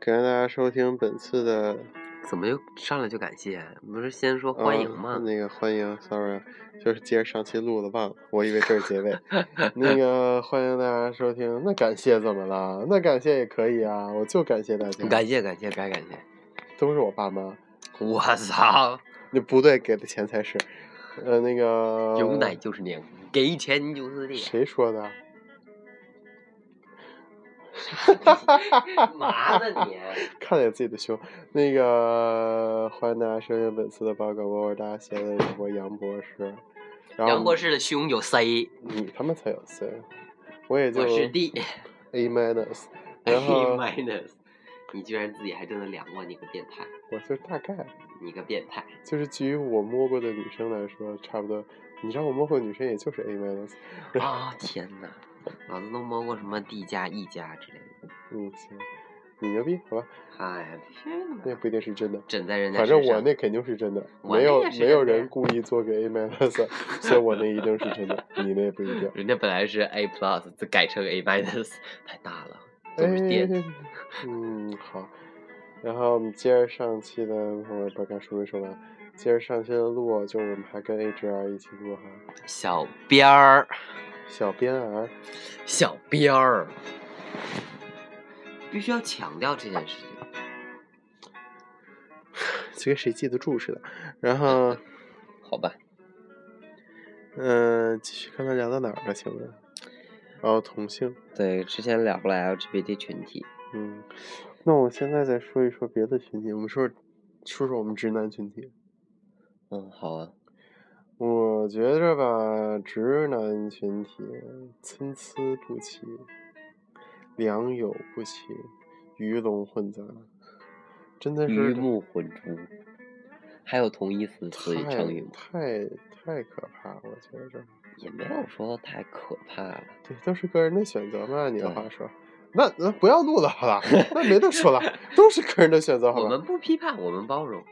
感谢大家收听本次的怎么就上来就感谢？啊不是先说欢迎吗？呃那个欢迎，sorry，就是啊接着上期录的忘了，我以为这是结 尾。那个欢迎大家收听，那感谢怎么了？那感谢也可以啊，我就感谢大家，感谢感谢该感谢。都是我爸妈，我操，那不对，给的钱才是。呃，那个有奶就是娘，给钱就是烈。谁说的？嘛呢 你？啊看了眼自己的胸。那个欢迎大家收听本次的报告，我是大家写的主播杨博士。然后杨博士的胸有 C，你嗯他妈才有 C，我也就我是 D， A minus， A 然后 minus。你居然自己还真的量过，你个变态，我就大概你个 变态。就是基于我摸过的女生来说，差不多。你让我摸过的女生也就是 A minus，啊、天哪，老子都摸过什么 D 加 E 加之类的。嗯行，你牛逼好吧？哎，天那也哪！不一定是真的，枕在人家反身上。正我那肯定是真的，我没那有也是没有真的人呀故意做给 A minus，所以我那一定是真 的，你那也不一定。人家本来是 A plus，这改成 A minus，太大了，哎总是颠。，嗯，好。然后我们接着上期的，我也不知道该说没说完。接着上期的录，就是我们还跟 HR 一起录哈，小边儿，小编啊儿，小边儿，必须要强调这件事情。就跟谁记得住似的。然后，好吧，嗯、继续刚才聊到哪儿了？请问？哦，同性，对，之前聊了 LGBT 群体，嗯。那我现在再说一说别的群体，我们说说说我们直男群体。嗯，好啊，我觉着吧，直男群体参差不齐，良莠不齐，鱼龙混杂，真的鱼是目混珠，还有同义词词语成语吗？太太太可怕了，我觉着。也没有说太可怕了。对，都是个人的选择嘛。你的对话说，那那不要录了，好 吧？那没得说了，都是个人的选择，好我吧们？不批判，我们包容。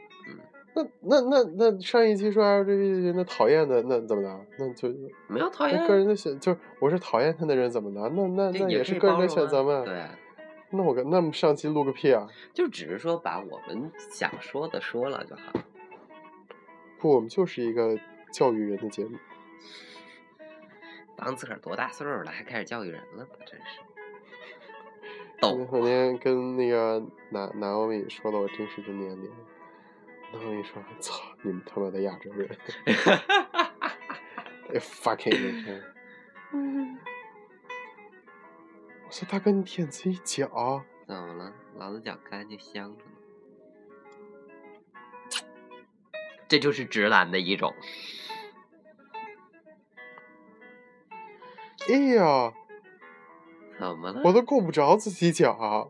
那那那那上一期说 LGBT 人的讨厌的，那怎么了？那就没有讨厌那，个人的选，就是我是讨厌他的人，怎么了？那那对那也也可是以个人包的容选啊择嘛。对啊，那我跟那么上期录个屁啊！就只是说把我们想说的说了就好。不，我们就是一个教育人的节目。当自个儿多大岁数了，还开始教育人了，真是我 逗。那 天跟那个拿拿欧米说了我真实的年龄，拿欧米说：“操，你们他妈的亚洲 人哎，fucking Asian。”我说：“大哥，你舔自己脚。怎么了？老子脚干净香着呢。这就是直男的一种。”哎呀，怎么我了？都够不着自己脚。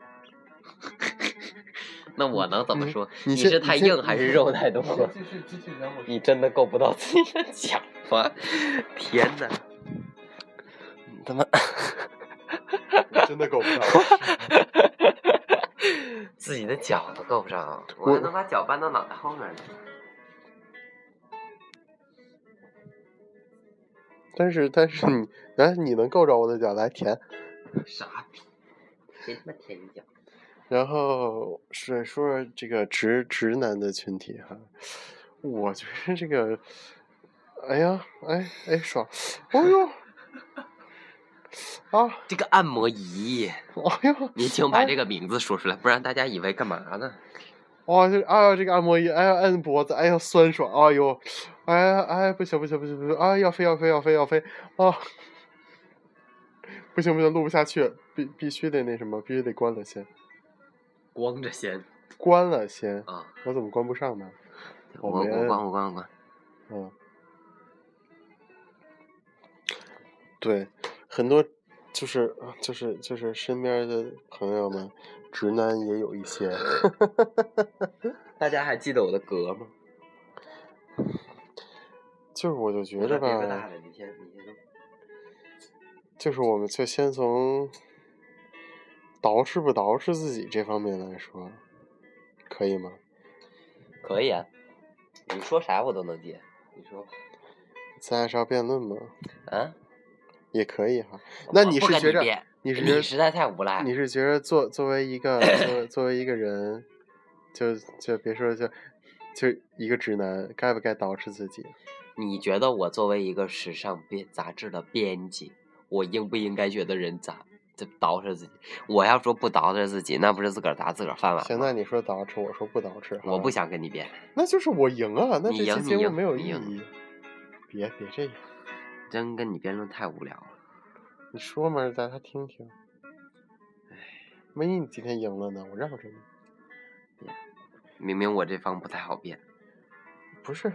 那我能怎么说？你先是太你先硬还是肉太多？继续继续聊我你真的够不到自己的脚吗？天哪！你他妈！我真的够不着。 自己的脚都够不着，我我还能把脚搬到脑袋后面呢。但是但是你来，你能够着我的脚来舔。傻逼！谁他妈舔你脚？然后是说这个直直男的群体哈，我觉得这个，哎呀，哎哎爽，哎呦，啊，这个按摩仪，哎呦，你请把这个名字说出来，不然大家以为干嘛呢？哇、这哎呀这个按摩仪，哎呀按脖子，哎呀酸爽，哎呦，哎呀哎不行不行不行不行，哎要飞要飞要飞要飞啊！不行不行，录不下去，必必须得那什么，必须得关了先，光着先关了先，啊！我怎么关不上呢？我我我们关我关我关，嗯，对，很多就是就是就是身边的朋友们，直男也有一些。 大家还记得我的格吗？就是我就觉我着这别个大吧，了，你先你先说。就是我们就先从捯饬不捯饬自己这方面来说，可以吗？可以啊，你说啥我都能接。你说咱俩是要辩论吗？啊？也可以哈。那我你不是跟觉着辩你是觉你得实在太无赖你了。是觉得作作为一个作 为作为一个人，就就别说就就一个直男，该不该捯饬自己？你觉得我作为一个时尚编杂志的编辑，我应不应该觉得人咋这捯饬自己？我要说不捯饬自己，那不是自个儿砸自个儿饭碗行，吗？那你说捯饬，我说不捯饬，啊我不想，想跟你辩，那就是我赢啊！那你这赢期你节目赢没有你意赢义。别别这样，真跟你辩论太无聊了。你说嘛，让他听听。万一你今天赢了呢？我让着你。明明我这方不太好辩，不是，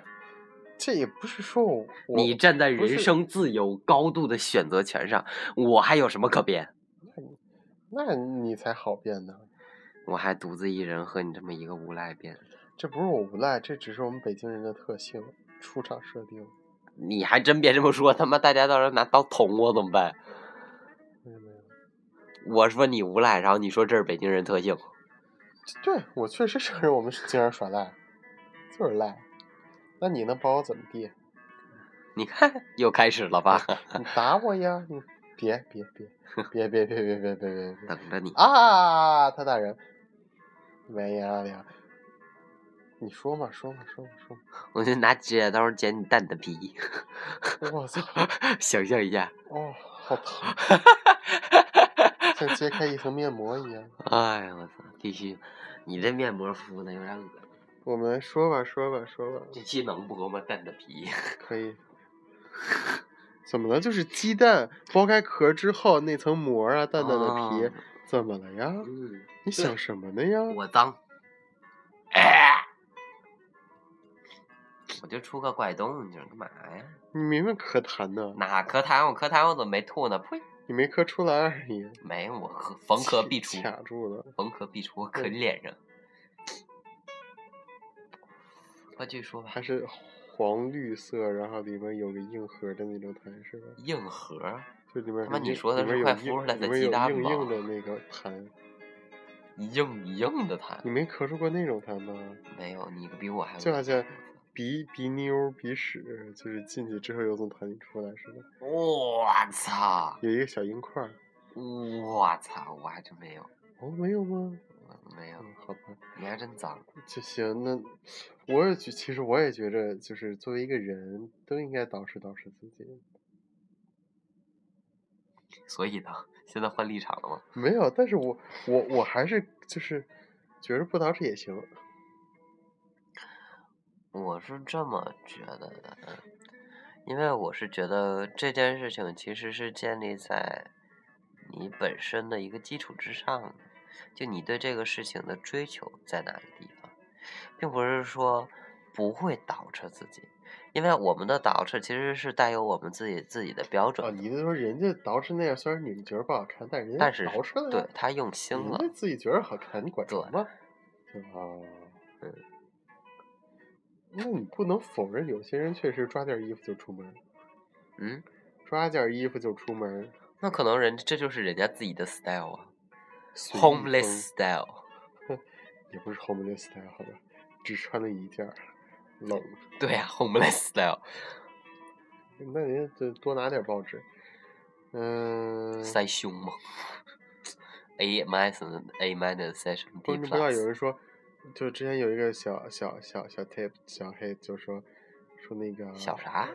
这也不是说我我你站在不人是生自由高度的选择权上，我还有什么可辩？那你才好变呢。我还独自一人和你这么一个无赖辩，这不是我无赖，这只是我们北京人的特性，出场设定。你还真别这么说，他妈大家到时候拿刀捅我怎么办？没有没有，我说你无赖，然后你说这是北京人特性，这对我确实承认我们是经常耍赖，就是赖。那你能把我怎么地？你看又开始了吧？你打我呀！你别别别别别别别别别别别等着你。啊！他打人，没呀没呀！你说嘛说嘛说嘛说嘛！我就拿指甲刀剪你蛋的皮， 我操！想象一下 哦，好疼，像揭开一层面膜一样。哎呀，我操，必须！你这面膜敷的有点恶心，我们说吧说吧说 吧，这期能播吗？蛋的皮，可以。怎么了？就是鸡蛋剥开壳之后那层膜啊，蛋蛋的皮，哦怎么了呀？嗯，你想什么呢呀？我脏，哎我就出个怪动静，干嘛呀？你明明咳痰呢，哪咳痰？我咳痰我怎么没吐呢？呸！你没咳出来而已。没，我咳逢咳必出，卡住了。逢咳必出，我咳你脸上。快继续说吧它，是黄绿色，然后里面有个硬核的那种痰是吧？硬核儿就里面他妈有你硬说的里是面有快硬孵出来的里面有鸡蛋硬吗硬的那个 痰，硬硬的痰你。没咳出过那种痰吗？没有，你比我还就好文像鼻鼻妞、鼻屎，就是进去之后有种痰你出来似的，我操！有一个小硬块儿。我操！我还真没有，哦，没有吗？我没有嗯，，好吧，你还真脏。就行。那我也觉，其实我也觉着，就是作为一个人，都应该捯饬捯饬自己。所以呢，现在换立场了吗？没有，但是我我我还是就是觉着不捯饬也行。我是这么觉得的，嗯因为我是觉得这件事情其实是建立在你本身的一个基础之上的，就你对这个事情的追求在哪个地方，并不是说不会捯饬自己，因为我们的捯饬其实是带有我们自己自己的标准啊，的你就说人家捯饬那样，虽然你们觉得不好看，但人家但是捯饬了对呀，他用心人了家，自己觉得好看，你管什对么？对吧？嗯。那你不能否认，有些人确实抓件衣服就出门儿，嗯，抓件衣服就出门儿。那可能人这就是人家自己的 style 啊随意，homeless 风 style，也不是 homeless style 好吧，只穿了一件儿，冷。对呀、h o m e l e s s style，那人家得多拿点报纸。嗯、塞胸吗？A minus A minus session 不是 D 你不知道有 plus，人说，就之前有一个小小小小 tip 小黑就说说那个小啥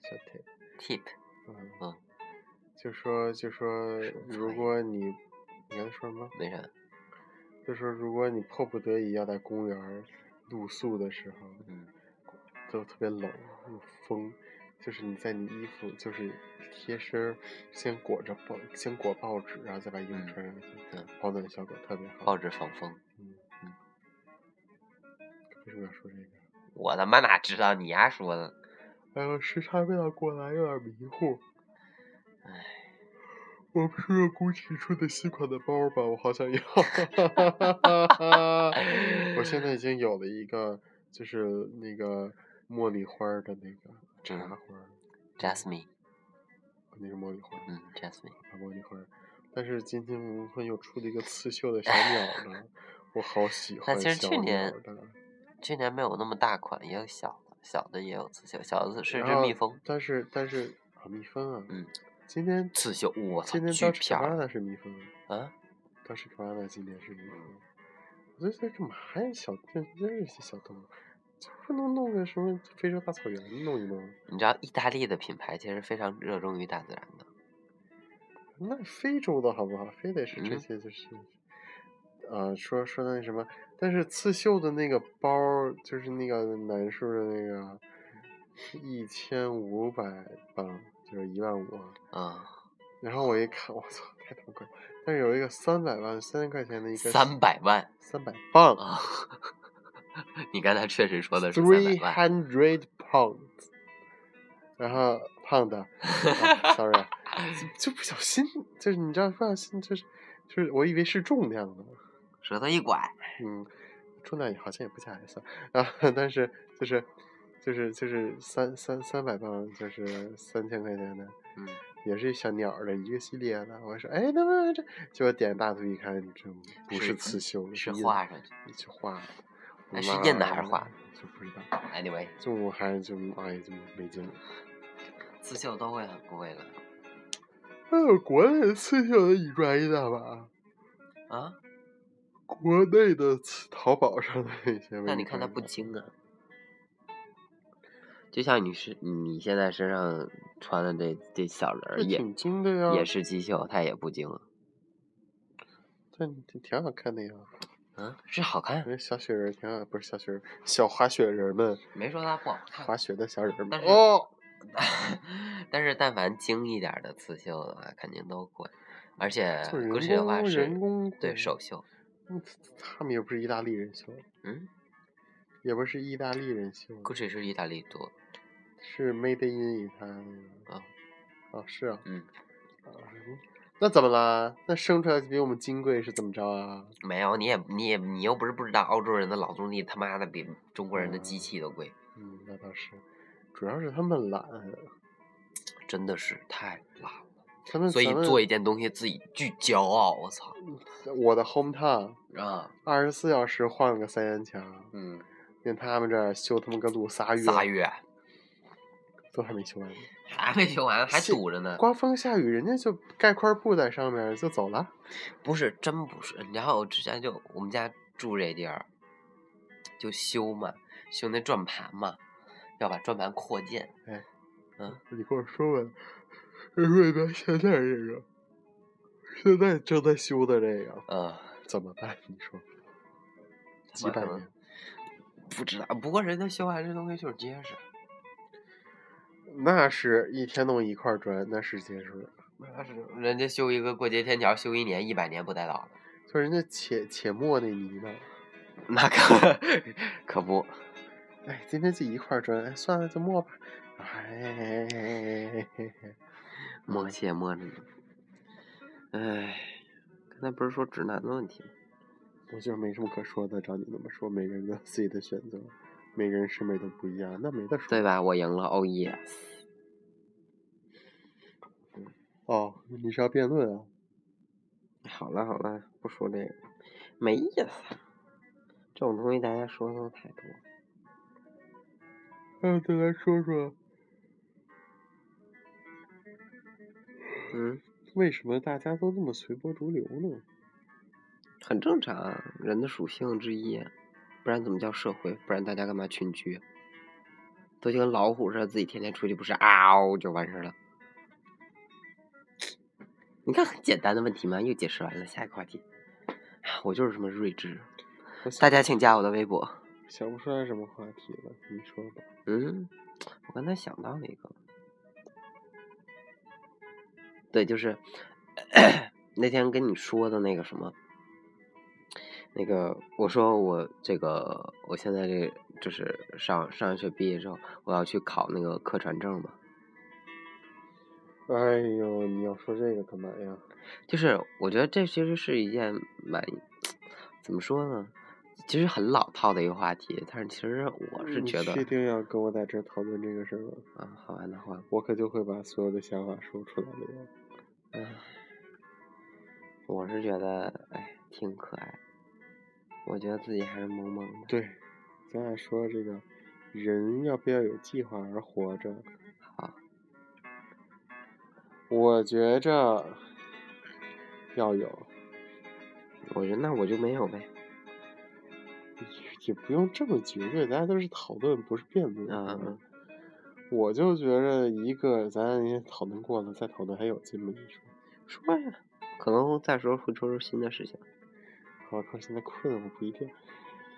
小 tip， tip 嗯嗯就说就说什么如玩意果你你刚才说什么？没啥，就说如果你迫不得已要在公园儿露宿的时候，嗯，都特别冷，有风，就是你在你衣服就是贴身儿先裹着报，先裹报纸，然后再把衣服嗯穿上去，嗯保暖效果特别好。报纸防风。嗯嗯为什么要说这个？我他妈哪知道你丫说的？哎呦，时差没有过来，有点迷糊。唉，我们说说 GUCCI 出的新款的包吧，我好想要。我现在已经有了一个，就是那个茉莉花儿的那个茶嗯花儿， Jasmine，那是茉莉花儿。嗯，Jasmine，大茉莉花儿，但是今天我们会又出了一个刺绣的小鸟呢，我好喜嗯那欢其实小去鸟年的。去年没有那么大款，也有小的，小的也有刺绣，小的是然只后蜜蜂，但是但是啊，蜜蜂啊，嗯，今天刺绣，我操，今天巨当时漂卡巴亮嗯纳是蜜蜂，啊！当时卡巴纳今年是蜜蜂。我就在干嘛呀？小这真是些小动物，就不能弄个什么非洲大草原弄一弄？你知道意大利的品牌其实非常热衷于大自然的，那非洲的好不好？非得是这嗯些就是，呃，说说的那什么，但是刺绣的那个包儿，就是那个男士的那个，一千五百磅，就是一万五。啊嗯，然后我一看，我操，太他妈贵了！但是有一个三百万、三千块钱的一个三百万三百磅啊！你刚才确实说的是，three 三百万， hundred pounds，然后胖的、啊、，sorry，就 不小心，就是你知道，不小心就是就是我以为是重量呢，舌头一拐，嗯，重量也好像也不下来算啊，但是就是就是就是三三三百磅，就是三千块钱的，嗯，也是小鸟儿的一个系列的。我说，哎，那么这，结果点大图一看，这不是是刺绣，是印画，上去。是画的。我哎是妈印的还是呀画的？就不知道， Anyway，就我还是就哎就没劲了。刺绣都会很贵了那呃国内的刺绣的一抓一大把，啊！国内的刺淘宝上的那些，但你看它不精啊。就像你是你现在身上穿的这这小人儿这也挺精的呀，也是机绣，它也不精啊，但挺挺好看的呀。嗯，是好看，那小雪人儿挺好，不是小雪人儿，小滑雪人儿们，没说它不好看。滑雪的小人儿们但。是哦， 但是但凡精一点儿的刺绣的话，肯定都贵，而且做人呃格式的话工是人工对贵手绣，嗯他们也不是意大利人绣，嗯也不是意大利人绣，格式是意大利多，是 Made in Italy。啊哦，是啊。嗯，啊那怎么啦？那生出来就比我们金贵是怎么着啊？没有你也你也你又不是不知道，澳洲人的劳动力他妈的比中国人的嗯机器都贵，嗯，那倒是，主要是他们懒，真的是太懒了。他们所以咱们做一件东西自己巨骄傲，我操我的 hometown 啊，二十四小时换了个三元墙，嗯，让他们这儿修他妈个路仨月，仨月都还没修完呢。还没修完，还是堵着呢。刮风下雨，人家就盖块布在上面就走了。不是，真不是。然后我之前就我们家住这地儿，就修嘛，修那转盘嘛，要把转盘扩建。你跟我说吧，我说咱现在这个，现在正在修的这个呃，怎么办？你说他几妈百可能年？不知道。不过人家修完这东西就是结实，那是一天弄一块砖，那是结实的。那是人家修一个过街天桥，修一年一百年不带倒的。就人家且且磨那泥呢。那可 可不，哎，今天就一块砖，哎，算了，就磨吧。哎， 磨切磨着呢。唉，刚才不是说直男的问题吗？我觉得没什么可说的，照你那么说，每个人都有自己的选择，每个人审美都不一样，那没得说。对吧？我赢了，Oh yes！哦，你是要辩论啊？好了好了，不说这个，没意思。这种东西大家说的太多。那再来说说。嗯，为什么大家都那么随波逐流呢？很正常啊，人的属性之一啊，不然怎么叫社会？不然大家干嘛群居啊？都就跟老虎似的，自己天天出去不是嗷、呜就完事儿了。你看，很简单的问题嘛，又解释完了。下一个话题，啊我就是这么睿智。我想大家请加我的微博。想不出来什么话题了，你说吧。嗯，我刚才想到了一个，对，就是那天跟你说的那个什么，那个我说我这个我现在这就是上上学毕业之后，我要去考那个客船证嘛，哎呦，你要说这个干嘛呀？就是我觉得这其实是一件蛮怎么说呢，其实很老套的一个话题，但是其实我是你觉得确定要跟我在这儿讨论这个事儿吗？啊，好玩的话，我可就会把所有的想法说出来了哟。唉我是觉得，哎，挺可爱。我觉得自己还是萌萌的。对，咱俩说这个，人要不要有计划而活着？好，我觉着要有，我觉得那我就没有呗。也不用这么绝对，大家都是讨论，不是辩论。啊嗯嗯嗯我就觉着一个，咱也讨论过了，再讨论还有进步。你说，说呀，可能再说会说出新的事 情。我靠，现在困了，我不一定。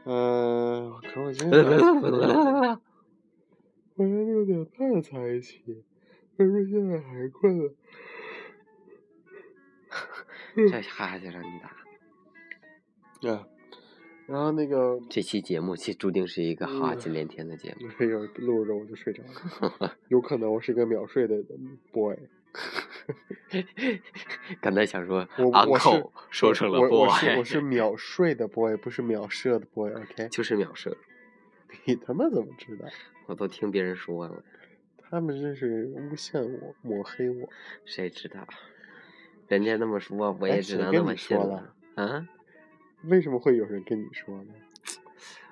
呃，可我今天早上 嗯我才六点半才起，为什么现在还困了？这哈欠让你打。啊，然后那个，这期节目其实注定是一个哈气嗯连天的节目。哎呦，录着我就睡着 了，有可能我是个秒睡的 boy。刚才想说我我是 uncle，说成了我我 boy，是我是秒睡的 boy，不是秒射的 boy，OK？、 就是秒射，你他妈怎么知道？我都听别人说了，他们真是诬陷我，抹黑我。谁知道？人家那么说，我哎也只谁能跟那么你信说了。啊，为什么会有人跟你说呢？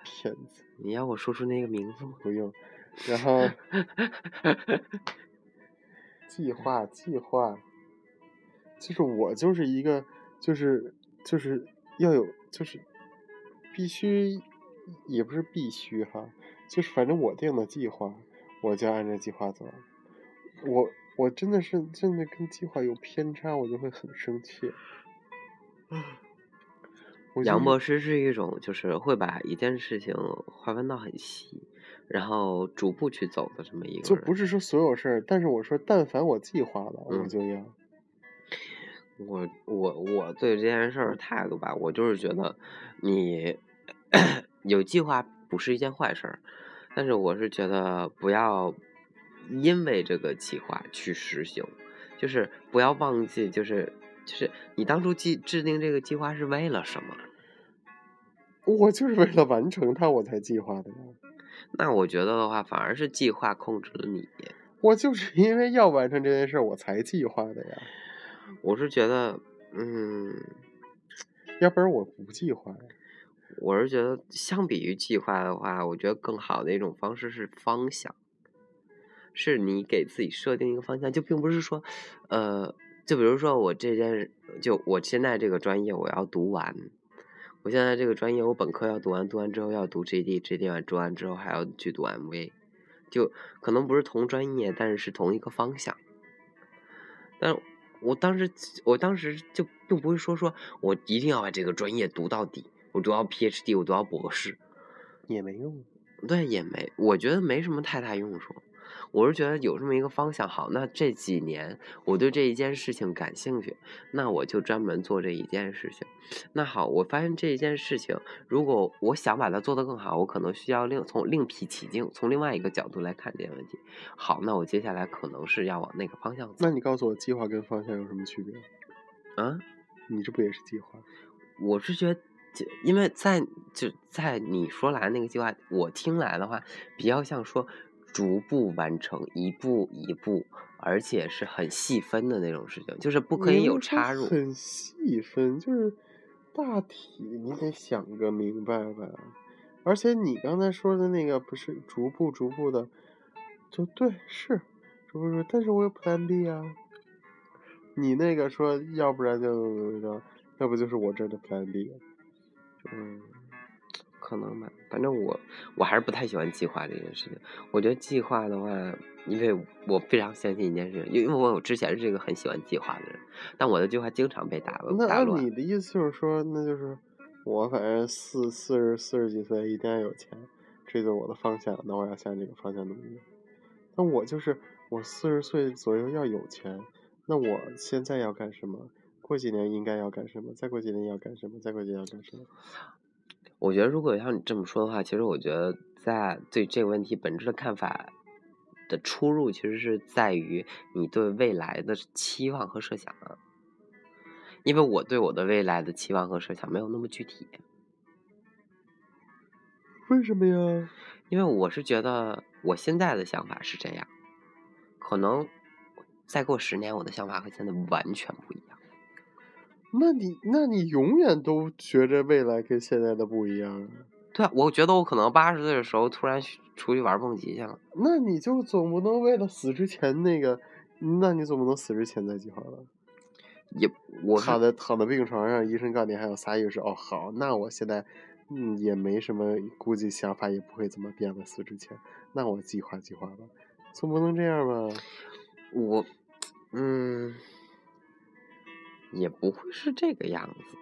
骗子，你要我说出那个名字吗？不用。然 后计划计划，就是我就是一个就是就是要有就是必须，也不是必须哈，就是反正我定的计划，我就按照计划走。我我真的是真的跟计划有偏差，我就会很生气。我就杨是博士是一种就是会把一件事情划分到很细，然后逐步去走的这么一个就人。不是说所有事儿，但是我说，但凡我计划了，我嗯就要。我我我对这件事儿态度吧，我就是觉得你 有计划不是一件坏事儿，但是我是觉得不要因为这个计划去实行，就是不要忘记，就是就是你当初计制定这个计划是为了什么？我就是为了完成它，我才计划的呀。那我觉得的话，反而是计划控制了你。我就是因为要完成这件事儿，我才计划的呀。我是觉得，嗯，要不然我不计划呀。我是觉得，相比于计划的话，我觉得更好的一种方式是方向，是你给自己设定一个方向，就并不是说，呃，就比如说我这件，就我现在这个专业我要读完，我现在这个专业我本科要读完，读完之后要读 GD，GD 完读完之后还要去读 MV，就可能不是同专业，但是是同一个方向。但我当时，我当时就并不会说说我一定要把这个专业读到底，我读到 PhD，我读到博士，也没用。对，也没，我觉得没什么太大用处。我是觉得有这么一个方向，好，那这几年我对这一件事情感兴趣，那我就专门做这一件事情。那好，我发现这一件事情，如果我想把它做得更好，我可能需要另从另辟蹊径，从另外一个角度来看这件问题。好，那我接下来可能是要往那个方向走那你告诉我，计划跟方向有什么区别？啊。你这不也是计划？我是觉得，就因为在就在你说来那个计划，我听来的话，比较像说逐步完成，一步一步，而且是很细分的那种事情，就是不可你以有不是说插入。很细分，就是大体你得想个明白吧。而且你刚才说的那个不是逐步逐步的，就对，是逐步逐步，但是我有 Plan B 啊。你那个说，要不然就，要不就是我这儿的 Plan B。嗯，可能吧，反正我我还是不太喜欢计划这件事情。我觉得计划的话，因为我非常相信一件事情，因为我之前是一个很喜欢计划的人，但我的计划经常被打那打按乱。你的意思就是说，那就是我反正四四十四十几岁一定要有钱，这就是我的方向，那我要向这个方向努力。那我就是我四十岁左右要有钱，那我现在要干什么？过几年应该要干什么？再过几年要干什么？再过几年要干什么？我觉得，如果像你这么说的话，其实我觉得在对这个问题本质的看法的出入，其实是在于你对未来的期望和设想啊。因为我对我的未来的期望和设想没有那么具体，为什么呀？因为我是觉得我现在的想法是这样，可能再过十年，我的想法和现在完全不一样。那你那你永远都觉着未来跟现在的不一样啊？对啊，我觉得我可能八十岁的时候突然去出去玩蹦极去了。那你就总不能为了死之前那个那你总不能死之前再计划吧？也 我躺是在躺在病床上，医生告诉你还有仨月是哦，好，那我现在嗯也没什么，估计想法也不会怎么变了。死之前，那我计划计划吧，总不能这样吧？我，嗯，也不会是这个样子。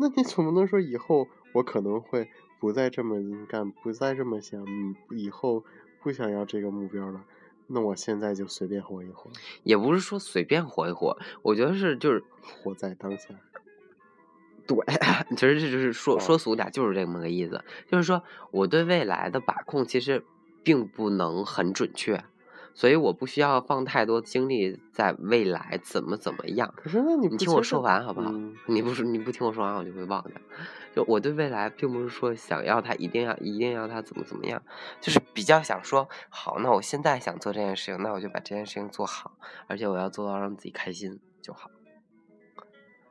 那你总不能说以后我可能会不再这么干，不再这么想，嗯，以后不想要这个目标了，那我现在就随便活一活，也不是说随便活一活，我觉得是就是 活在当下。对，其实这就是说哦说俗点，就是这么个意思。就是说，我对未来的把控其实并不能很准确，所以我不需要放太多精力在未来怎么怎么样。可是那你不你听接我受说完好不好？嗯你不是你不听我说完，我就会忘掉。就我对未来并不是说想要它一定要一定要它怎么怎么样，就是比较想说，好，那我现在想做这件事情，那我就把这件事情做好，而且我要做到让自己开心就好。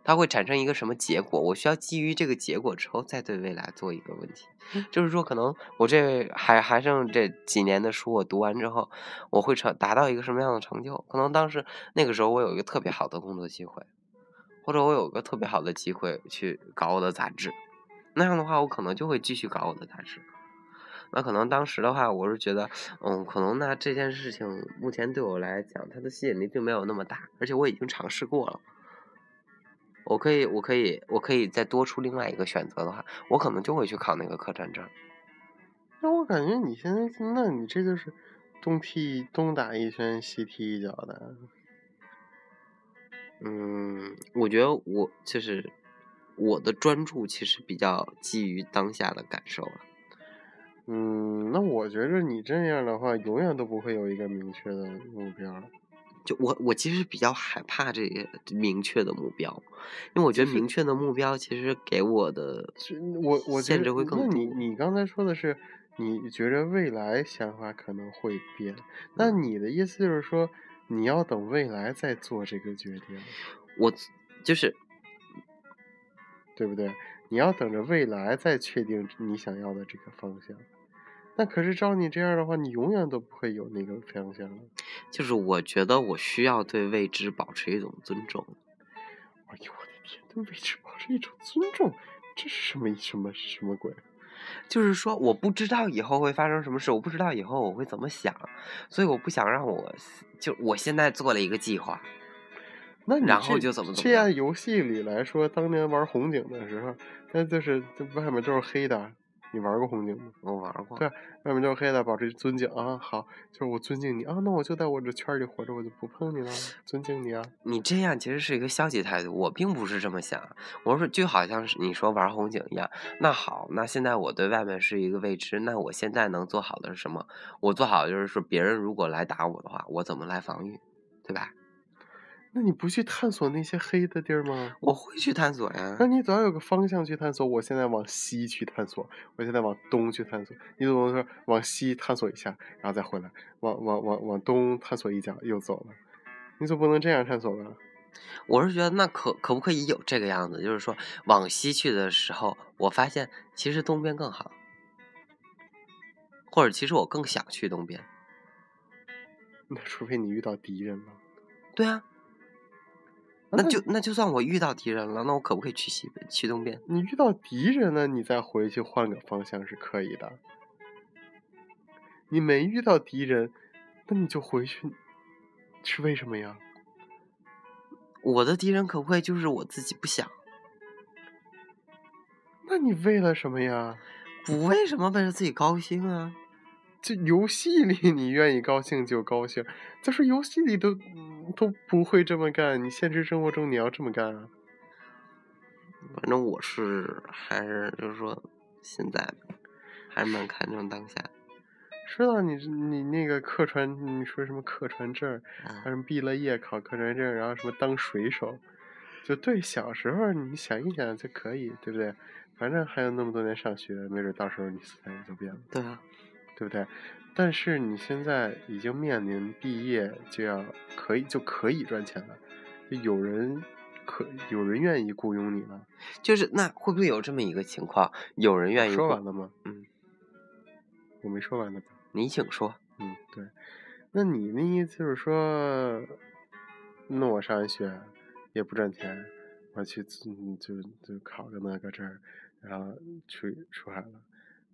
它会产生一个什么结果？我需要基于这个结果之后再对未来做一个问题，就是说，可能我这还还剩这几年的书，我读完之后，我会成达到一个什么样的成就？可能当时那个时候我有一个特别好的工作机会，或者我有个特别好的机会去搞我的杂志，那样的话，我可能就会继续搞我的杂志。那可能当时的话，我是觉得，嗯，可能那这件事情目前对我来讲，它的吸引力并没有那么大，而且我已经尝试过了。我可以，我可以，我可以再多出另外一个选择的话，我可能就会去考那个科战证。那我感觉你现在，那你这就是东踢东打一拳，西踢一脚的。嗯，我觉得我就是我的专注，其实比较基于当下的感受了。嗯，那我觉着你这样的话，永远都不会有一个明确的目标了。就我我其实比较害怕这个明确的目标，因为我觉得明确的目标其实给我的是我我觉限制着会那更你多你刚才说的是，你觉着未来想法可能会变，那嗯你的意思就是说，你要等未来再做这个决定，我就是对不对？你要等着未来再确定你想要的这个方向。那可是照你这样的话，你永远都不会有那个方向了。就是我觉得我需要对未知保持一种尊重。哎呦我的天，对未知保持一种尊重，这是什么什么什么鬼？就是说，我不知道以后会发生什么事，我不知道以后我会怎么想，所以我不想让我就我现在做了一个计划，那你然后这就怎么怎这么样样游戏里来说，当年玩红警的时候，那就是这外面都是黑的。你玩过红警吗？我玩过，对外面都是黑的，保持尊敬啊。好，就是我尊敬你啊，那我就在我这圈儿里活着，我就不碰你了，尊敬你啊。你这样其实是一个消极态度，我并不是这么想。我说就好像是你说玩红警一样，那好，那现在我对外面是一个未知，那我现在能做好的是什么？我做好的就是说，别人如果来打我的话，我怎么来防御，对吧？那你不去探索那些黑的地儿吗？我会去探索呀那。你总要有个方向去探索。我现在往西去探索，我现在往东去探索。你总不能说往西探索一下，然后再回来，往往往往东探索一下又走了。你总不能这样探索吧？我是觉得那可可不可以有这个样子，就是说往西去的时候，我发现其实东边更好，或者其实我更想去东边。那除非你遇到敌人了。对啊，啊哦那就那就算我遇到敌人了，那我可不可以去西边去东边？你遇到敌人了，你再回去换个方向是可以的。你没遇到敌人，那你就回去，是为什么呀？我的敌人可不可以就是我自己不想？那你为了什么呀？不为什么为了自己高兴啊？这游戏里你愿意高兴就高兴，再说游戏里都嗯都不会这么干，你现实生活中你要这么干啊？反正我是还是就是说，现在还是蛮看重当下的。知道你你那个客串，你说什么客串证儿，啊还有什么毕了业考客串证儿，然后什么当水手，就对，小时候你想一想就可以，对不对？反正还有那么多年上学，没准到时候你思想也就变了，对啊，对不对？但是你现在已经面临毕业就要可以就可以赚钱了，就有人可有人愿意雇佣你了。就是那会不会有这么一个情况，有人愿意说过完了吗？嗯，我没说完呢吧？你请说。嗯，对。那你的意思就是说，那我上完学也不赚钱，我去嗯就就考个那个证儿，然后去出海了。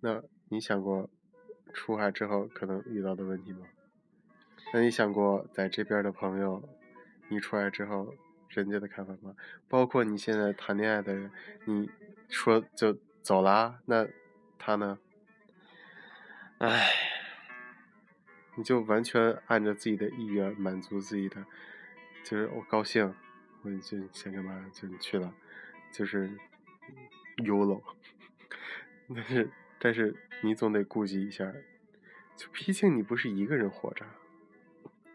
那你想过出海之后可能遇到的问题吗？那你想过在这边的朋友，你出来之后人家的看法吗？包括你现在谈恋爱的人，你说就走啦，那他呢？唉，你就完全按照自己的意愿满足自己的，就是我高兴，我就想干嘛就去了，就是有了。 但是但是你总得顾及一下，就毕竟你不是一个人活着，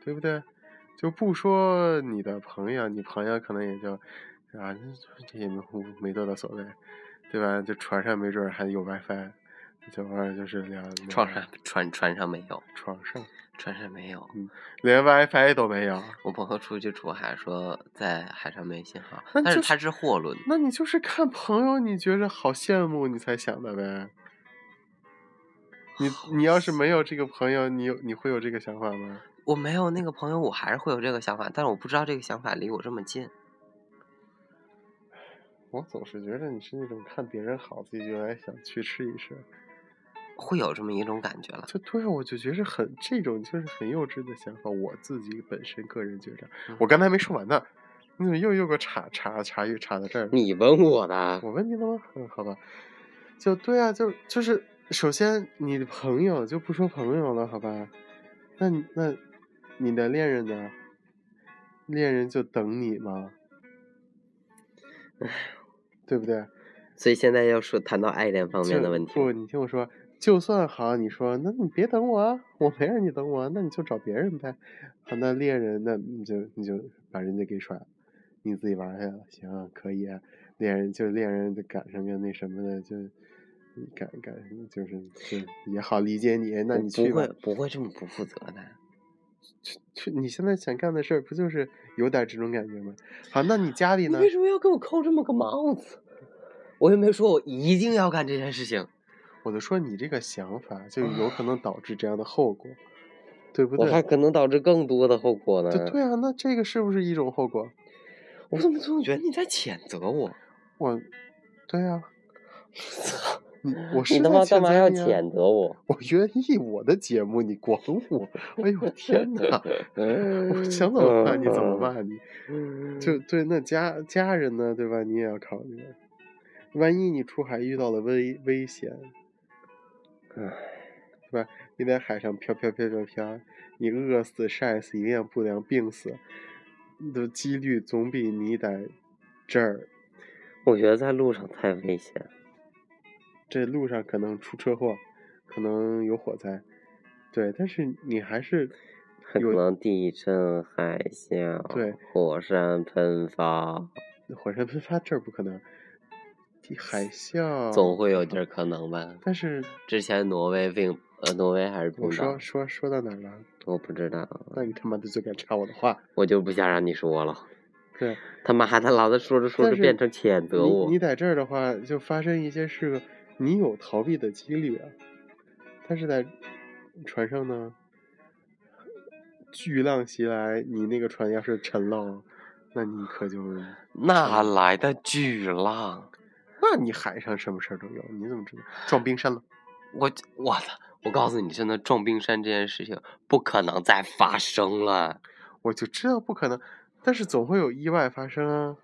对不对？就不说你的朋友，你朋友可能也就啊，这也没没多大所谓，对吧？就船上没准儿还有 WiFi，就偶尔就是聊聊船上船船上没有，床上。船上没有。连 WiFi 都没有。我朋友出去出海说在海上没信号，那但是就是他是货轮，那你就是看朋友，你觉着好羡慕，你才想的呗。你好你要是没有这个朋友，你有你会有这个想法吗？我没有那个朋友，我还是会有这个想法，但是我不知道这个想法离我这么近。我总是觉得你是那种看别人好，自己就来想去吃一吃。会有这么一种感觉了。就对啊，我就觉着很这种就是很幼稚的想法。我自己本身个人觉着，嗯我刚才没说完呢，你怎么又又给我插插插又插到这儿了？你问我的，我问你了吗？嗯，好吧，就对啊，就就是首先你的朋友就不说朋友了，好吧？那你那你的恋人呢？恋人就等你吗？对不对？所以现在要说谈到爱恋方面就的问题，不，你听我说，就算好，你说那你别等我啊，我没让你等我啊，那你就找别人呗。好，那恋人，那你就你就把人家给甩了，你自己玩去了，行，可以、啊。恋人就恋人就赶上个那什么的，就赶赶就是就也好理解你，那我你去不吧会。不会这么不负责的。去你现在想干的事儿，不就是有点这种感觉吗？好，那啊你家里呢？什么要给我扣这么个帽子？我又没说我一定要干这件事情，我就说你这个想法就有可能导致这样的后果，对不啊我对？还可能导致更多的后果呢。对对啊，那这个是不是一种后果？我怎么总觉得你在谴责我？我，对 呀、操！你我是你他在谴妈干嘛责要你啊谴责我？我愿意我的节目，你管我？ 哎呦我 天哪！我想怎么骂你怎么骂你？就对那家家人呢，对吧？你也要考虑，万一你出海遇到了危危险，唉，对吧？你在海上飘飘飘飘飘，你饿死、晒死、营养不良、病死的几率，总比你在这儿我觉得在路上太危险，这路上可能出车祸，可能有火灾，对，但是你还是还可能地震、海啸、对火山喷发，火山喷发这儿不可能，地海啸总会有点儿可能吧。但是之前挪威并呃，挪威还是我冰岛说，说说到哪儿了？我不知道，那你他妈的就敢插我的话？我就不想让你说了。 对，他妈的，老子说着说但着是变成谴责你我你，在这儿的话，就发生一些事，你有逃避的几率啊。但是在船上呢，巨浪袭来，你那个船要是沉了，那你可就哪来的巨浪？那你海上什么事儿都有，你怎么知道撞冰山了？我我操！我告诉你，真的撞冰山这件事情不可能再发生了。我就知道不可能，但是总会有意外发生啊。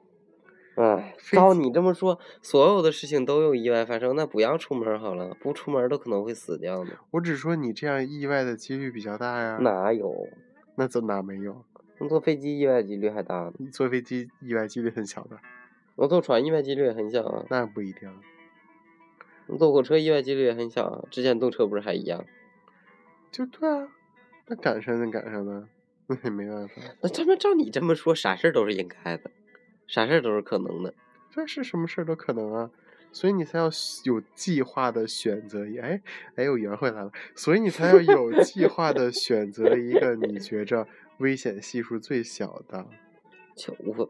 哎，飞照机你这么说，所有的事情都有意外发生，那不要出门好了，不出门都可能会死掉呢。我只说你这样意外的几率比较大呀。哪有？那怎哪没有？我坐飞机意外几率还大呢，你坐飞机意外几率很小的，我坐船意外几率也很小啊。那不一定。坐火车意外几率也很小啊，之前动车不是还一样？就对啊，那赶上那赶上了，那也没办法。那他们照你这么说，啥事儿都是应该的，啥事儿都是可能的。这是什么事儿都可能啊，所以你才要有计划的选择一。哎哎，我圆回来了，所以你才要有计划的选择一个你觉着危险系数最小的。就我，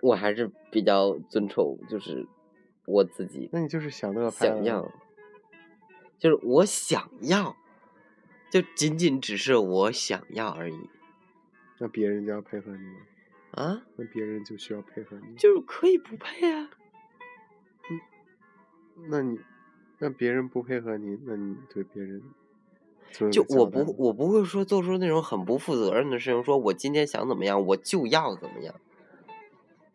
我还是比较遵守，就是我自己那你就是享乐派想了要，就是我想要，就仅仅只是我想要而已那别人就要配合你吗，啊，那别人就需要配合你。就是可以不配啊。那你，那别人不配合你，那你对别人做了就个交我代不吗，我不会说做出那种很不负责任的事情，说我今天想怎么样，我就要怎么样，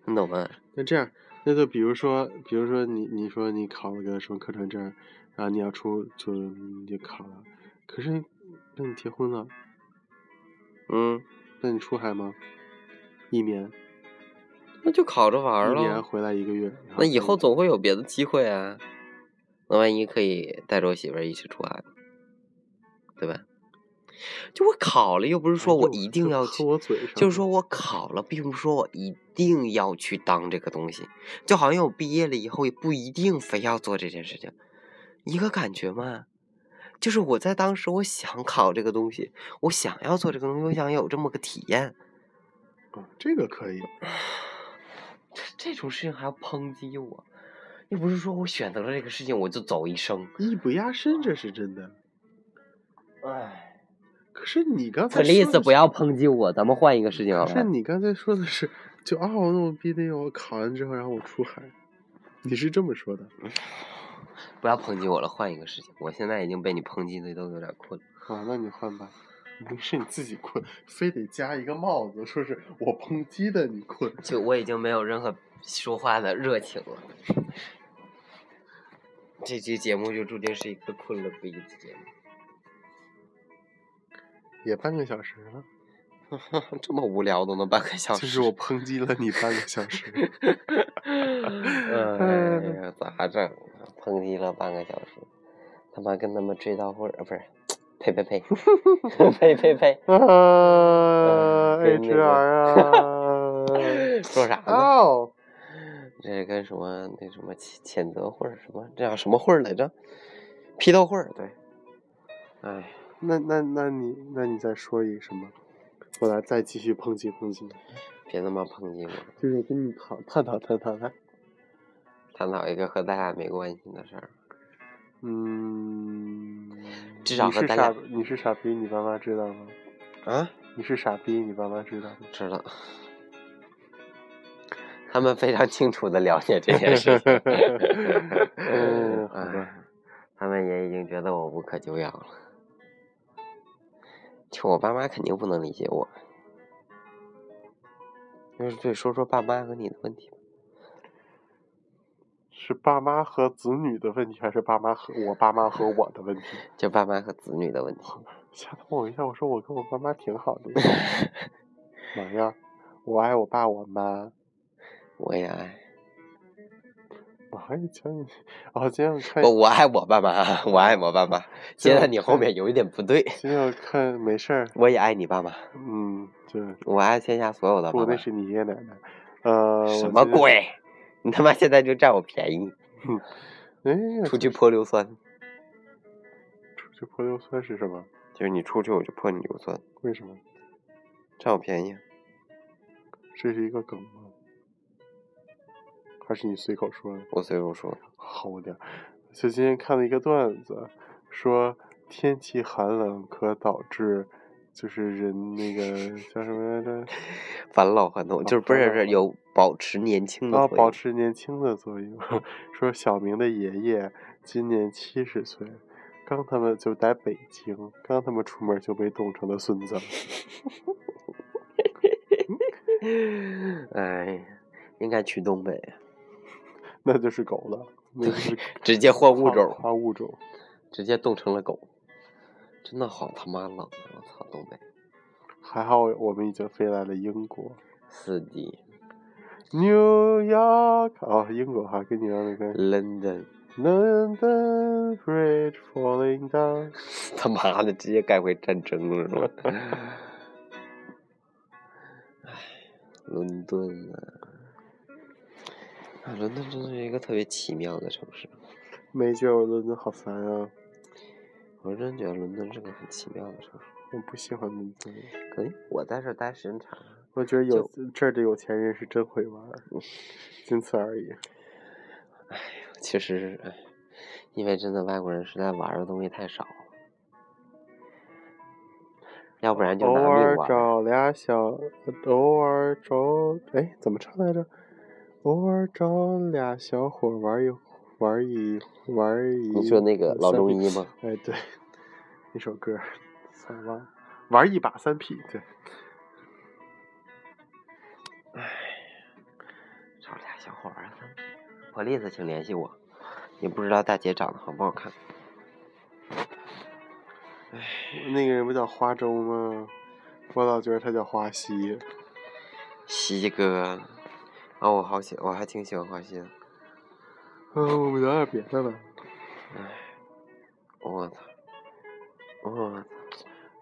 你懂吗？那这样，那就比如说，比如说你你说你考了个什么课程证，然后你要出就你就考了，可是那你结婚了，嗯，那你出海吗？一年，那就考着玩儿一年嗯喽。回来一个月，然那以后就总会有别的机会啊。那万一可以带着我媳妇儿一起出海，对吧？就我考了，又不哎是说我又一定又要磕去，我嘴上就是了说我考了，并不是说我一定要去当这个东西。就好像我毕业了以后，也不一定非要做这件事情，一个感觉嘛。就是我在当时，我想考这个东西，我想要做这个东西，我想有这么个体验。哦这个可以，这种事情还要抨击我，又不是说我选择了这个事情我就走一生。艺不压身这是真的。哎，可是你刚才克里说斯，的不是要抨击我，咱们换一个事情好可是吧？你刚才说的是，就哦，那我必须我考完之后，然后我出海，你是这么说的不要抨击我了，换一个事情。我现在已经被你抨击的都有点困了。啊？那你换吧，你是你自己困，非得加一个帽子，说是我抨击的你困。就我已经没有任何说话的热情了。这期节目就注定是一个困了不一的节目。也半个小时了，这么无聊都能半个小时？ 就是我抨击了你半个小时，哎呀，咋整啊？抨击了半个小时，他妈跟他们追悼会儿，不是？呸呸呸，呸呸呸！啊跟嗯那，HR 个啊 说啥呢？哦，这是跟什么那什么谴谴责会儿什么这叫什么会儿来着？批斗会儿对。哎，那那那你那你再说一个什么？我来再继续抨击抨击，别他妈抨击我，就是我跟你讨探讨探讨来。探讨一个和咱俩没关系的事儿。嗯，至少你和是咱傻俩，你是傻逼，你爸妈知道吗？啊，你是傻逼，你爸妈知道吗？。知道。他们非常清楚的了解这件事情嗯好吧哎他们也已经觉得我无可救药了。就我爸妈肯定不能理解我。就是对，说说爸妈和你的问题吧。是爸妈和子女的问题，还是爸妈和我爸妈和我的问题？就爸妈和子女的问题。吓到我一跳，我说我跟我爸妈挺好的。妈呀，我爱我爸我妈。我也爱，我还讲你，哦，今天我看，不，我爱我爸妈，我爱我爸 妈。接到你后面有一点不对，今天我看没事儿，我也爱你爸妈，嗯，就是我爱天下所有的爸不，妈那。是你爷爷奶奶。呃，我什么今天？鬼？你他妈现在就占我便宜，哎，出去泼硫酸，出去泼硫酸是什么？就是你出去我就泼你硫酸，为什么？占我便宜。啊这是一个梗吗？还是你随口说的？我随口说，好无聊。就今天看了一个段子，说天气寒冷可导致，就是人那 个叫什么来着？返老还童就是不是不是有保持年轻的啊，作保用持年轻的作用。 说小明的爷爷今年七十岁，刚他们就在北京，刚他们出门就被冻成了孙 子了。哎，应该去东北，那就是狗了，那就是直接换物种，跨物种。直接冻成了狗，真的好他妈冷啊！我操，东北还好我们已经飞来了英国。四 D New York 哦，英国哈，跟你聊那个 London， London Bridge falling down。他妈的直接盖回战争了是吧？哎，伦敦啊，啊，伦敦真的是一个特别奇妙的城市，没觉得我伦敦好烦啊！我真觉得伦敦是个很奇妙的城市。我不喜欢伦敦，可以，我在这儿待时间长了，我觉得有这儿的有钱人是真会玩 儿，仅此而已。其实，哎，因为真的外国人实在玩儿的东西太少了，要不然就偶拿尔命玩儿。找俩小，偶尔找，哎，怎么唱来着？偶尔找俩小伙玩一玩一玩一。你说那个老三中屁医吗？哎，对，那首歌，三万玩一把三 P，对，找俩小伙儿啊，破例子请联系我。也不知道大姐长得好不好看。那个人不叫花粥吗？我老觉得他叫花溪。西哥，哦，我好喜，我还挺喜欢花心。嗯、我们聊点别的吧。哦我操，哦我操，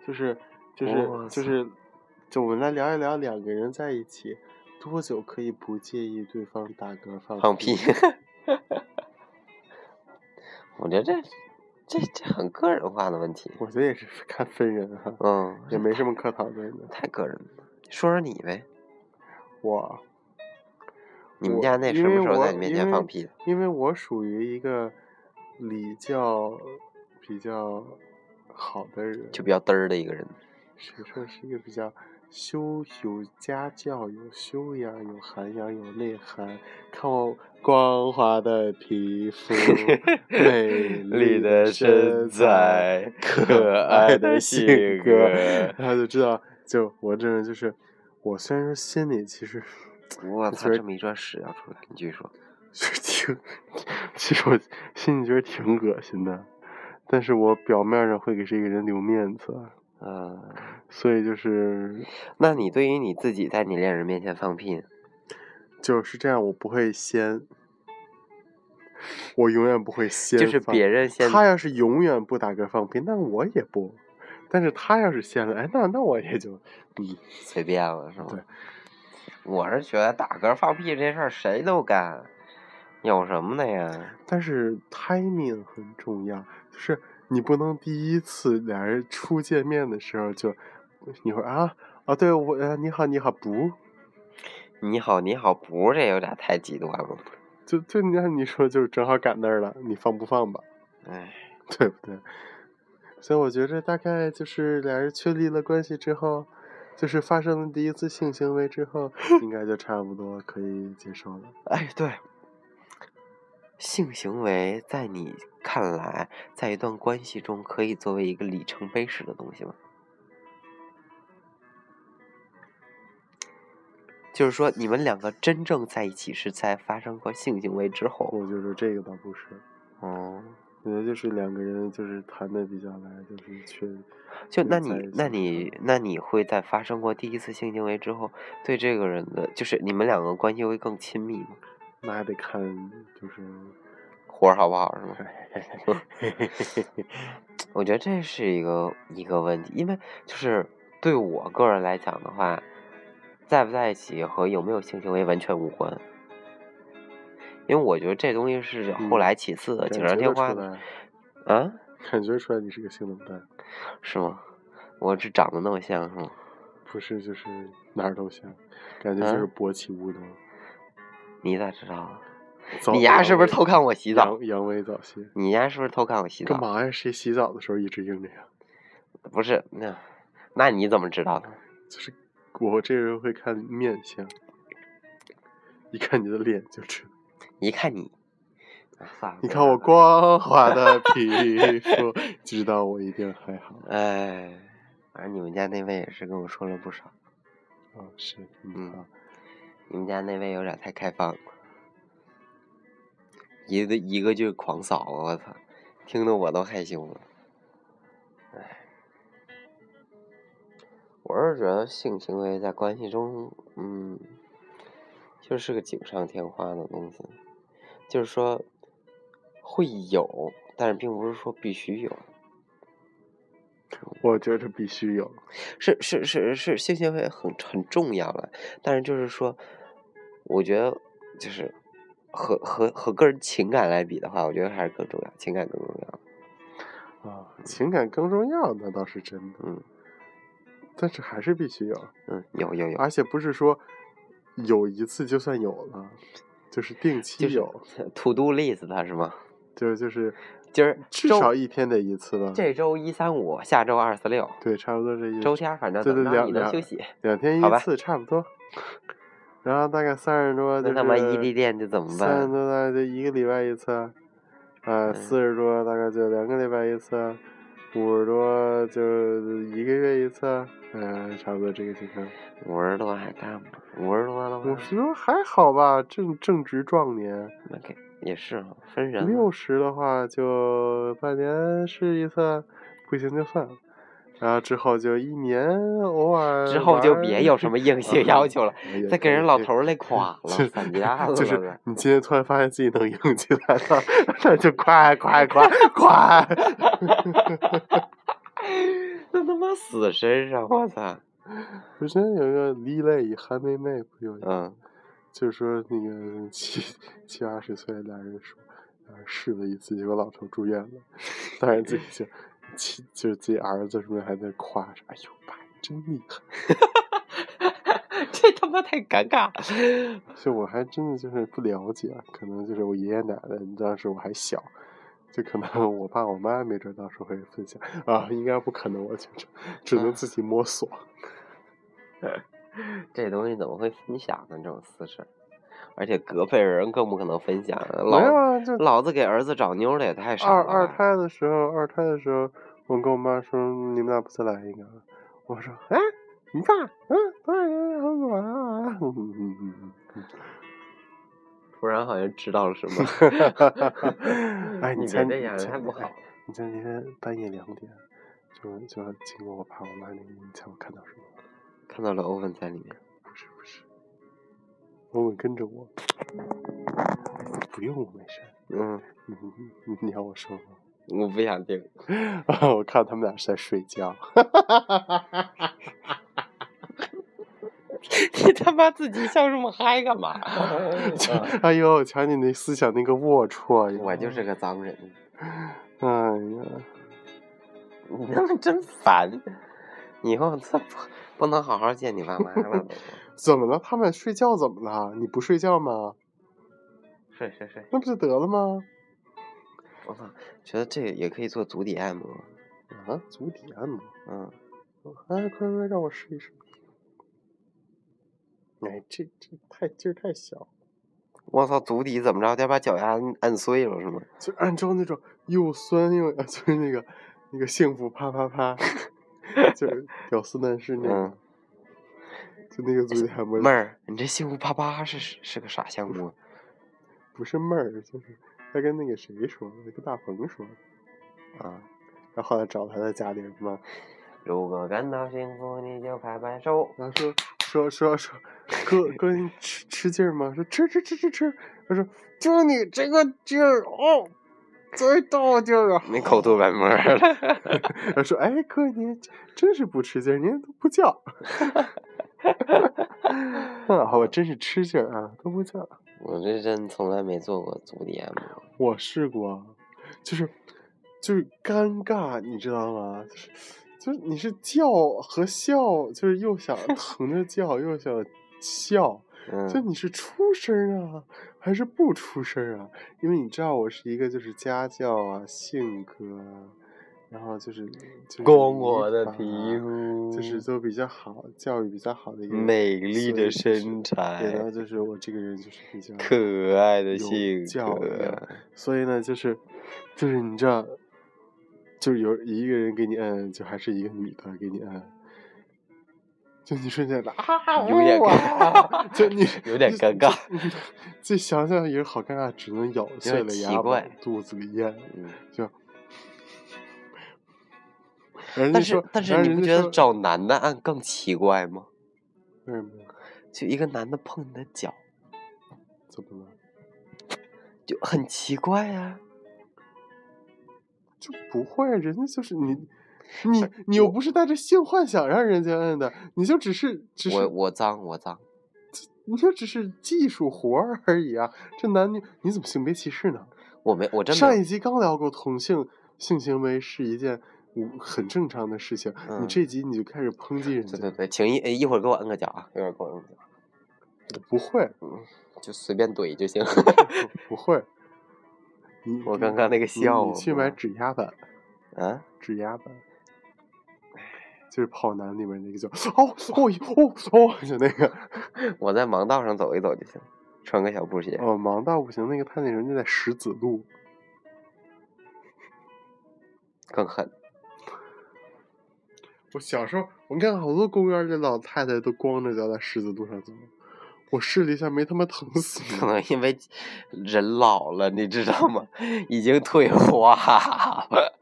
就是就是哇就塞是，就我们来聊一聊两个人在一起多久可以不介意对方打嗝放放屁！ 我觉得这这这很个人化的问题。 我觉得也是看分人哈、嗯，也没什么可讨论的。太个人了。说说你呗，我你们我家那什因为么时候我在你面因前为放屁的？因为我属于一个礼教比较好的人，就比较嘚儿的一个人。谁说是一个比较修有家教、有修养、有涵养、有内涵，看我光滑的皮 肤， 美丽的身材，可爱的性格， 他就知道，就我这人就是，我虽然说心里其实 我操，其实这么一段屎要出来，你继续说。是挺，其实我心里觉得挺恶心的，但是我表面上会给这个人留面子，嗯，所以就是那你对于你自己在你恋人面前放屁，就是这样，我不会先，我永远不会先就是放别人先他要是永远不打嗝放屁，那我也不。但是他要是先来，那那我也就，嗯，随便了，是吗？对。我是觉得打嗝放屁这事儿谁都干，有什么的呀？但是 timing 很重要，就是你不能第一次俩人初见面的时候就，你会啊啊，对我呃你好你好不，你好，你好，不是这有点太极端了。就就你让你说就正好赶那儿了，你放不放吧？哎， 对不对？所以我觉着大概就是俩人确立了关系之后，就是发生了第一次性行为之后，应该就差不多可以接受了。哎，对，性行为在你看来，在一段关系中可以作为一个里程碑式的东西吗？就是说，你们两个真正在一起是在发生过性行为之后。我觉着这个倒不是，哦、我觉得就是两个人就是谈的比较来，就是确就没那有在你一那起你那你会在发生过第一次性行为之后，对这个人的就是你们两个关系会更亲密吗？那还得看就是活儿好不好是吗？我觉得这是一个一个问题，因为就是对我个人来讲的话，在不在一起和有没有性行为完全无关，因为我觉得这东西是后嗯来其次的，锦感上觉添得出花的来，啊，感觉出来你是个性冷淡，是吗？我这长得那么像是吗？不是就是哪儿都像，感觉就是啊勃起无能。你咋知道的？早你丫阳是不是痿偷看我洗澡？阳阳痿早泄？你丫是不是偷看我洗干澡？嘛呀？谁洗澡的时候一直硬着呀？不是，那那你怎么知道的？就是我这人会看面相，一看你的脸就知道。一看你，啊算了，你不看聊我了，光滑的皮肤，知道我一定还好。哎，反正你们家那位也是跟我说了不少，啊，是，嗯嗯，好你们家那位有点太开放了，一个一个劲儿狂扫我，我操，听得我都害羞了，哎，我是觉得性行为在关系中，嗯，就是个锦上添花的东西，就是说会有，但是并不是说必须有。我觉着必须有。是是是是，性行为很很重要了，但是就是说，我觉得就是和和和个人情感来比的话，我觉得还是更重要，情感更重要。啊，情感更重要，那倒是真的。嗯，但是还是必须有，嗯，有有有，而且不是说有一次就算有了，就是定期就是有， to do list 它是吗？就就是今儿至周少一天得一次吧？这周一三五，下周二四六，嗯对，差不多这意周思，天儿反正对怎么对着两你能两休息，两天好一吧次差不多。然后大概三十多就那是他妈异地恋就怎么三十办？啊多大概就一个礼拜一次啊，啊，嗯四十多大概就两个礼拜一次啊，五十多就一个月一次啊，嗯、差不多这个情况。五十多还干吗？五十多了五吗？十多还好吧，正正值壮年。那给也是啊哈，分人六了。十的话就半年试一次，不行就算了。然后之后就一年偶尔之后就玩儿别有什么硬 性要求了，哎呀再给人对老对头儿累 垮了，散架子 就了是呗你今天突然发现自己能硬起来了， 那就快快快快！ 那他妈死身上，我 操！不是有一个李磊与韩梅梅不有一个，嗯，就是说那个七七八十岁俩人说，俩人试了一次，结果老头住院了，当然自己就七就是自己儿子什么还在夸说，哎呦爸你真厉害。 这他妈太尴尬了。就我还真的就是不了解，可能就是我爷爷奶奶当时我还小，就可能我爸我妈没准到时候会分享啊，应该不可能，我觉着只能自己摸索。嗯这东西怎么会分享呢？这种私事儿，而且隔辈人更不可能分享。没有老嗯啊，就老子给儿子找妞儿的也太少二了吧。二胎的时候，二胎的时候，我跟我妈说你们俩不再来一个啊，我说哎，你爸嗯，对，好可啊，嗯嗯嗯嗯 嗯。。突然好像知道了什 么 哎，你别前这样，前太不好哎了。你前几天半夜两点，就就要经过我爸我妈那里，你猜我看到什么了？看到了欧文在里面，不是不是，我吻跟着我，不用我没事 儿。嗯，你你你要我说吗？ 我不想听。我看他们俩是在睡觉。 啊你他妈自己笑这么嗨干 嘛？就 哎呦，瞧你那思想那个龌龊呀！我就是个脏人，哎呀，你他妈真烦！以后他不不能好好见你爸妈了都。怎么了？他们睡觉怎么了？你不睡觉吗？ 是是是，那不就得了吗？我操，觉得这个也可以做足底按摩。啊，足底按摩。嗯，哎，快快让我试一试。哎，这这太劲儿太小，我操，足底怎么着？得把脚丫摁摁碎了是吗？就按照那种又酸又 呃就是那个那个幸福啪啪啪， 就是屌丝男士那个嗯，，就那个足底按摩妹，儿，你这幸福啪啪是是个啥项目啊？不是妹儿，就是他跟那个谁说的，跟大鹏说的，啊，然后后来找他在家里嘛，如果感到幸福，你就拍拍手。然后说说说说，哥哥你吃吃劲儿吗？说吃吃吃吃吃，他说就你这个劲儿哦，最大劲儿啊！ 你口吐白沫了。他说：“哎，哥，您真真是不吃劲儿，您都不叫。 啊，我真是吃劲儿啊，都不叫。 我这真从来没做过足底按摩。我试过，就是就是尴尬，你知道吗？就是就是你是叫和笑，就是又想疼着叫，又想 笑，就嗯，你是出声儿啊，还是不出声儿啊？因为你知道我是一个就是家教啊，性格啊，然后就是就是光滑的法啊皮肤，就是都比较好，教育比较好的一个人嗯美丽的所以就是身对然材后，就是我这个人就是比较，可爱的有性教格 养。所以呢，就是就是你知道，就是有一个人给你摁，就还是一个女的给你摁，就你瞬间的啊，有点哇尴尬就你有点就尴尬就嗯这想想也好尴尬，只能咬碎了奇牙往怪肚子里咽，嗯，就。人家但是说，但是然后你不人觉家得说找男的按更奇怪吗？为什么呀？就一个男的碰你的脚，怎么了？就很奇怪啊呀、就不会，人家就是你，你你又不是带着性幻想让人家摁的，你就只是只我是我脏我脏，你就只是技术活儿而已啊！这男女你怎么性别歧视呢？我没我真没上有一集刚聊过同性性行为是一件嗯很正常的事情，你嗯这集你就开始抨击人对对家，对，请一呃一会儿给我摁个脚啊，一会儿给我摁个脚，不会就随便怼就行。不会，你我刚刚那个你笑你去买指压板，啊，指压板，就是跑男里面那个叫哦哦哦哦，就那个我在盲道上走一走就行，穿个小布鞋。哦，盲道不行，那个太那什么，就在石子路，更狠。我小时候，我看好多公园里老太太都光着脚在十字路上走，我试了一下，没他妈疼死可我。能因为人老了，你知道吗？已经退化了，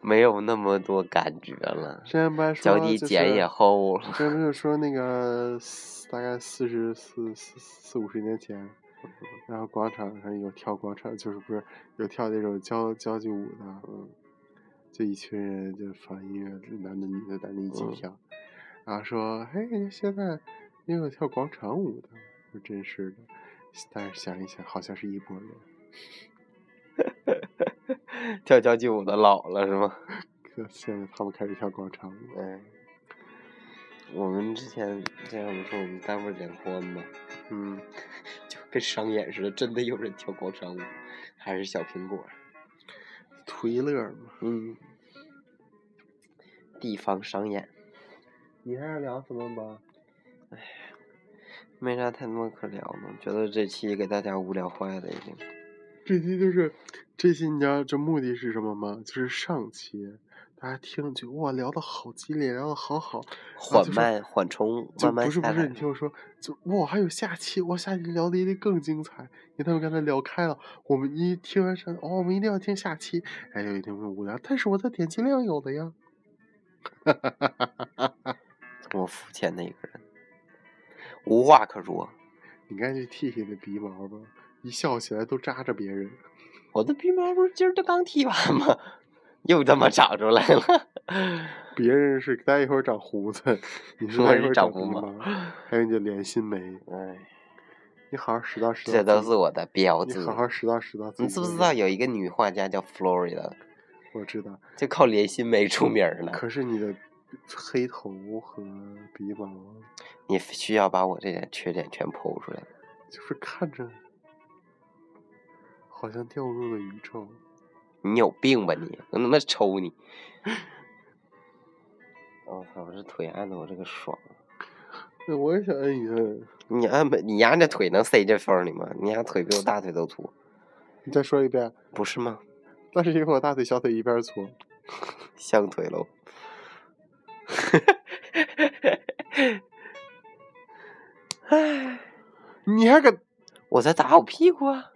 没有那么多感觉了，之前不还说脚底就是茧也厚了。之前不是说那个四大概四十四四四五十年前，嗯然后广场上有跳广场，就是不是有跳那种交交际舞的，嗯，就一群人就放音乐，男的女的男的一起嗯跳，然后说，嘿，现在也有跳广场舞的，就真是的，但是想一想，好像是一拨人。跳交际舞的老了是吗？可现在他们开始跳广场舞了，嗯。我们之前之前我们说我们单位联欢嘛，嗯， 就跟商演似的，真的有人跳广场舞，还是小苹果。图一乐嘛。嗯，地方商演你还是聊什么吧？没啥太多可聊的，觉得这期给大家无聊坏了已经。这期就是，这期你知道这目的是什么吗？就是上期大家听就哇聊的好激烈，聊的好好，缓就是慢、缓冲，就慢慢不是下不来是，你。听我说，就哇还有下期，哇下期聊的一定更精彩，因为他们刚才聊开了，我们一听完上哦，我们一定要听下期，哎，有一听众无聊，但是我的点击量有的呀，我肤浅的一个人，无话可说。你赶紧去剃剃你的鼻毛吧，一笑起来都扎着别人。我的鼻毛不是今儿这刚剃完吗？ 又他妈长出来了。别人是待一会儿长胡子，你是我待一是会儿长长胡鼻毛毛，还有你的脸心眉，哎，你好好拾掇拾掇。这都是我的标你志。好好拾掇拾掇。你知不知道？有一个女画家叫 Florida，我知道，就靠连心梅出名儿的？可是你的黑头和鼻毛，你需要把我这点缺点全剖出来。就是看着好像掉入了宇宙。你有病吧你！我他妈抽你！ 我操！我这腿按的我这个爽。那我也想摁一摁。你按吧，你按这腿能塞进缝里吗？你丫腿比我大腿都粗，你再说一遍，不是吗？ 但是因为我大腿小腿一边粗，像腿喽。唉，你还敢？我在打我屁股啊！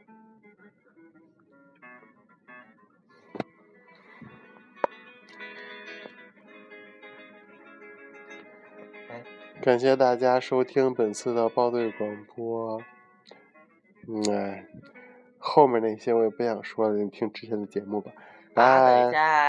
感谢大家收听本次的报队广播。嗯，哎后面那些我也不想说了，你听之前的节目吧。啊，等拜一。下。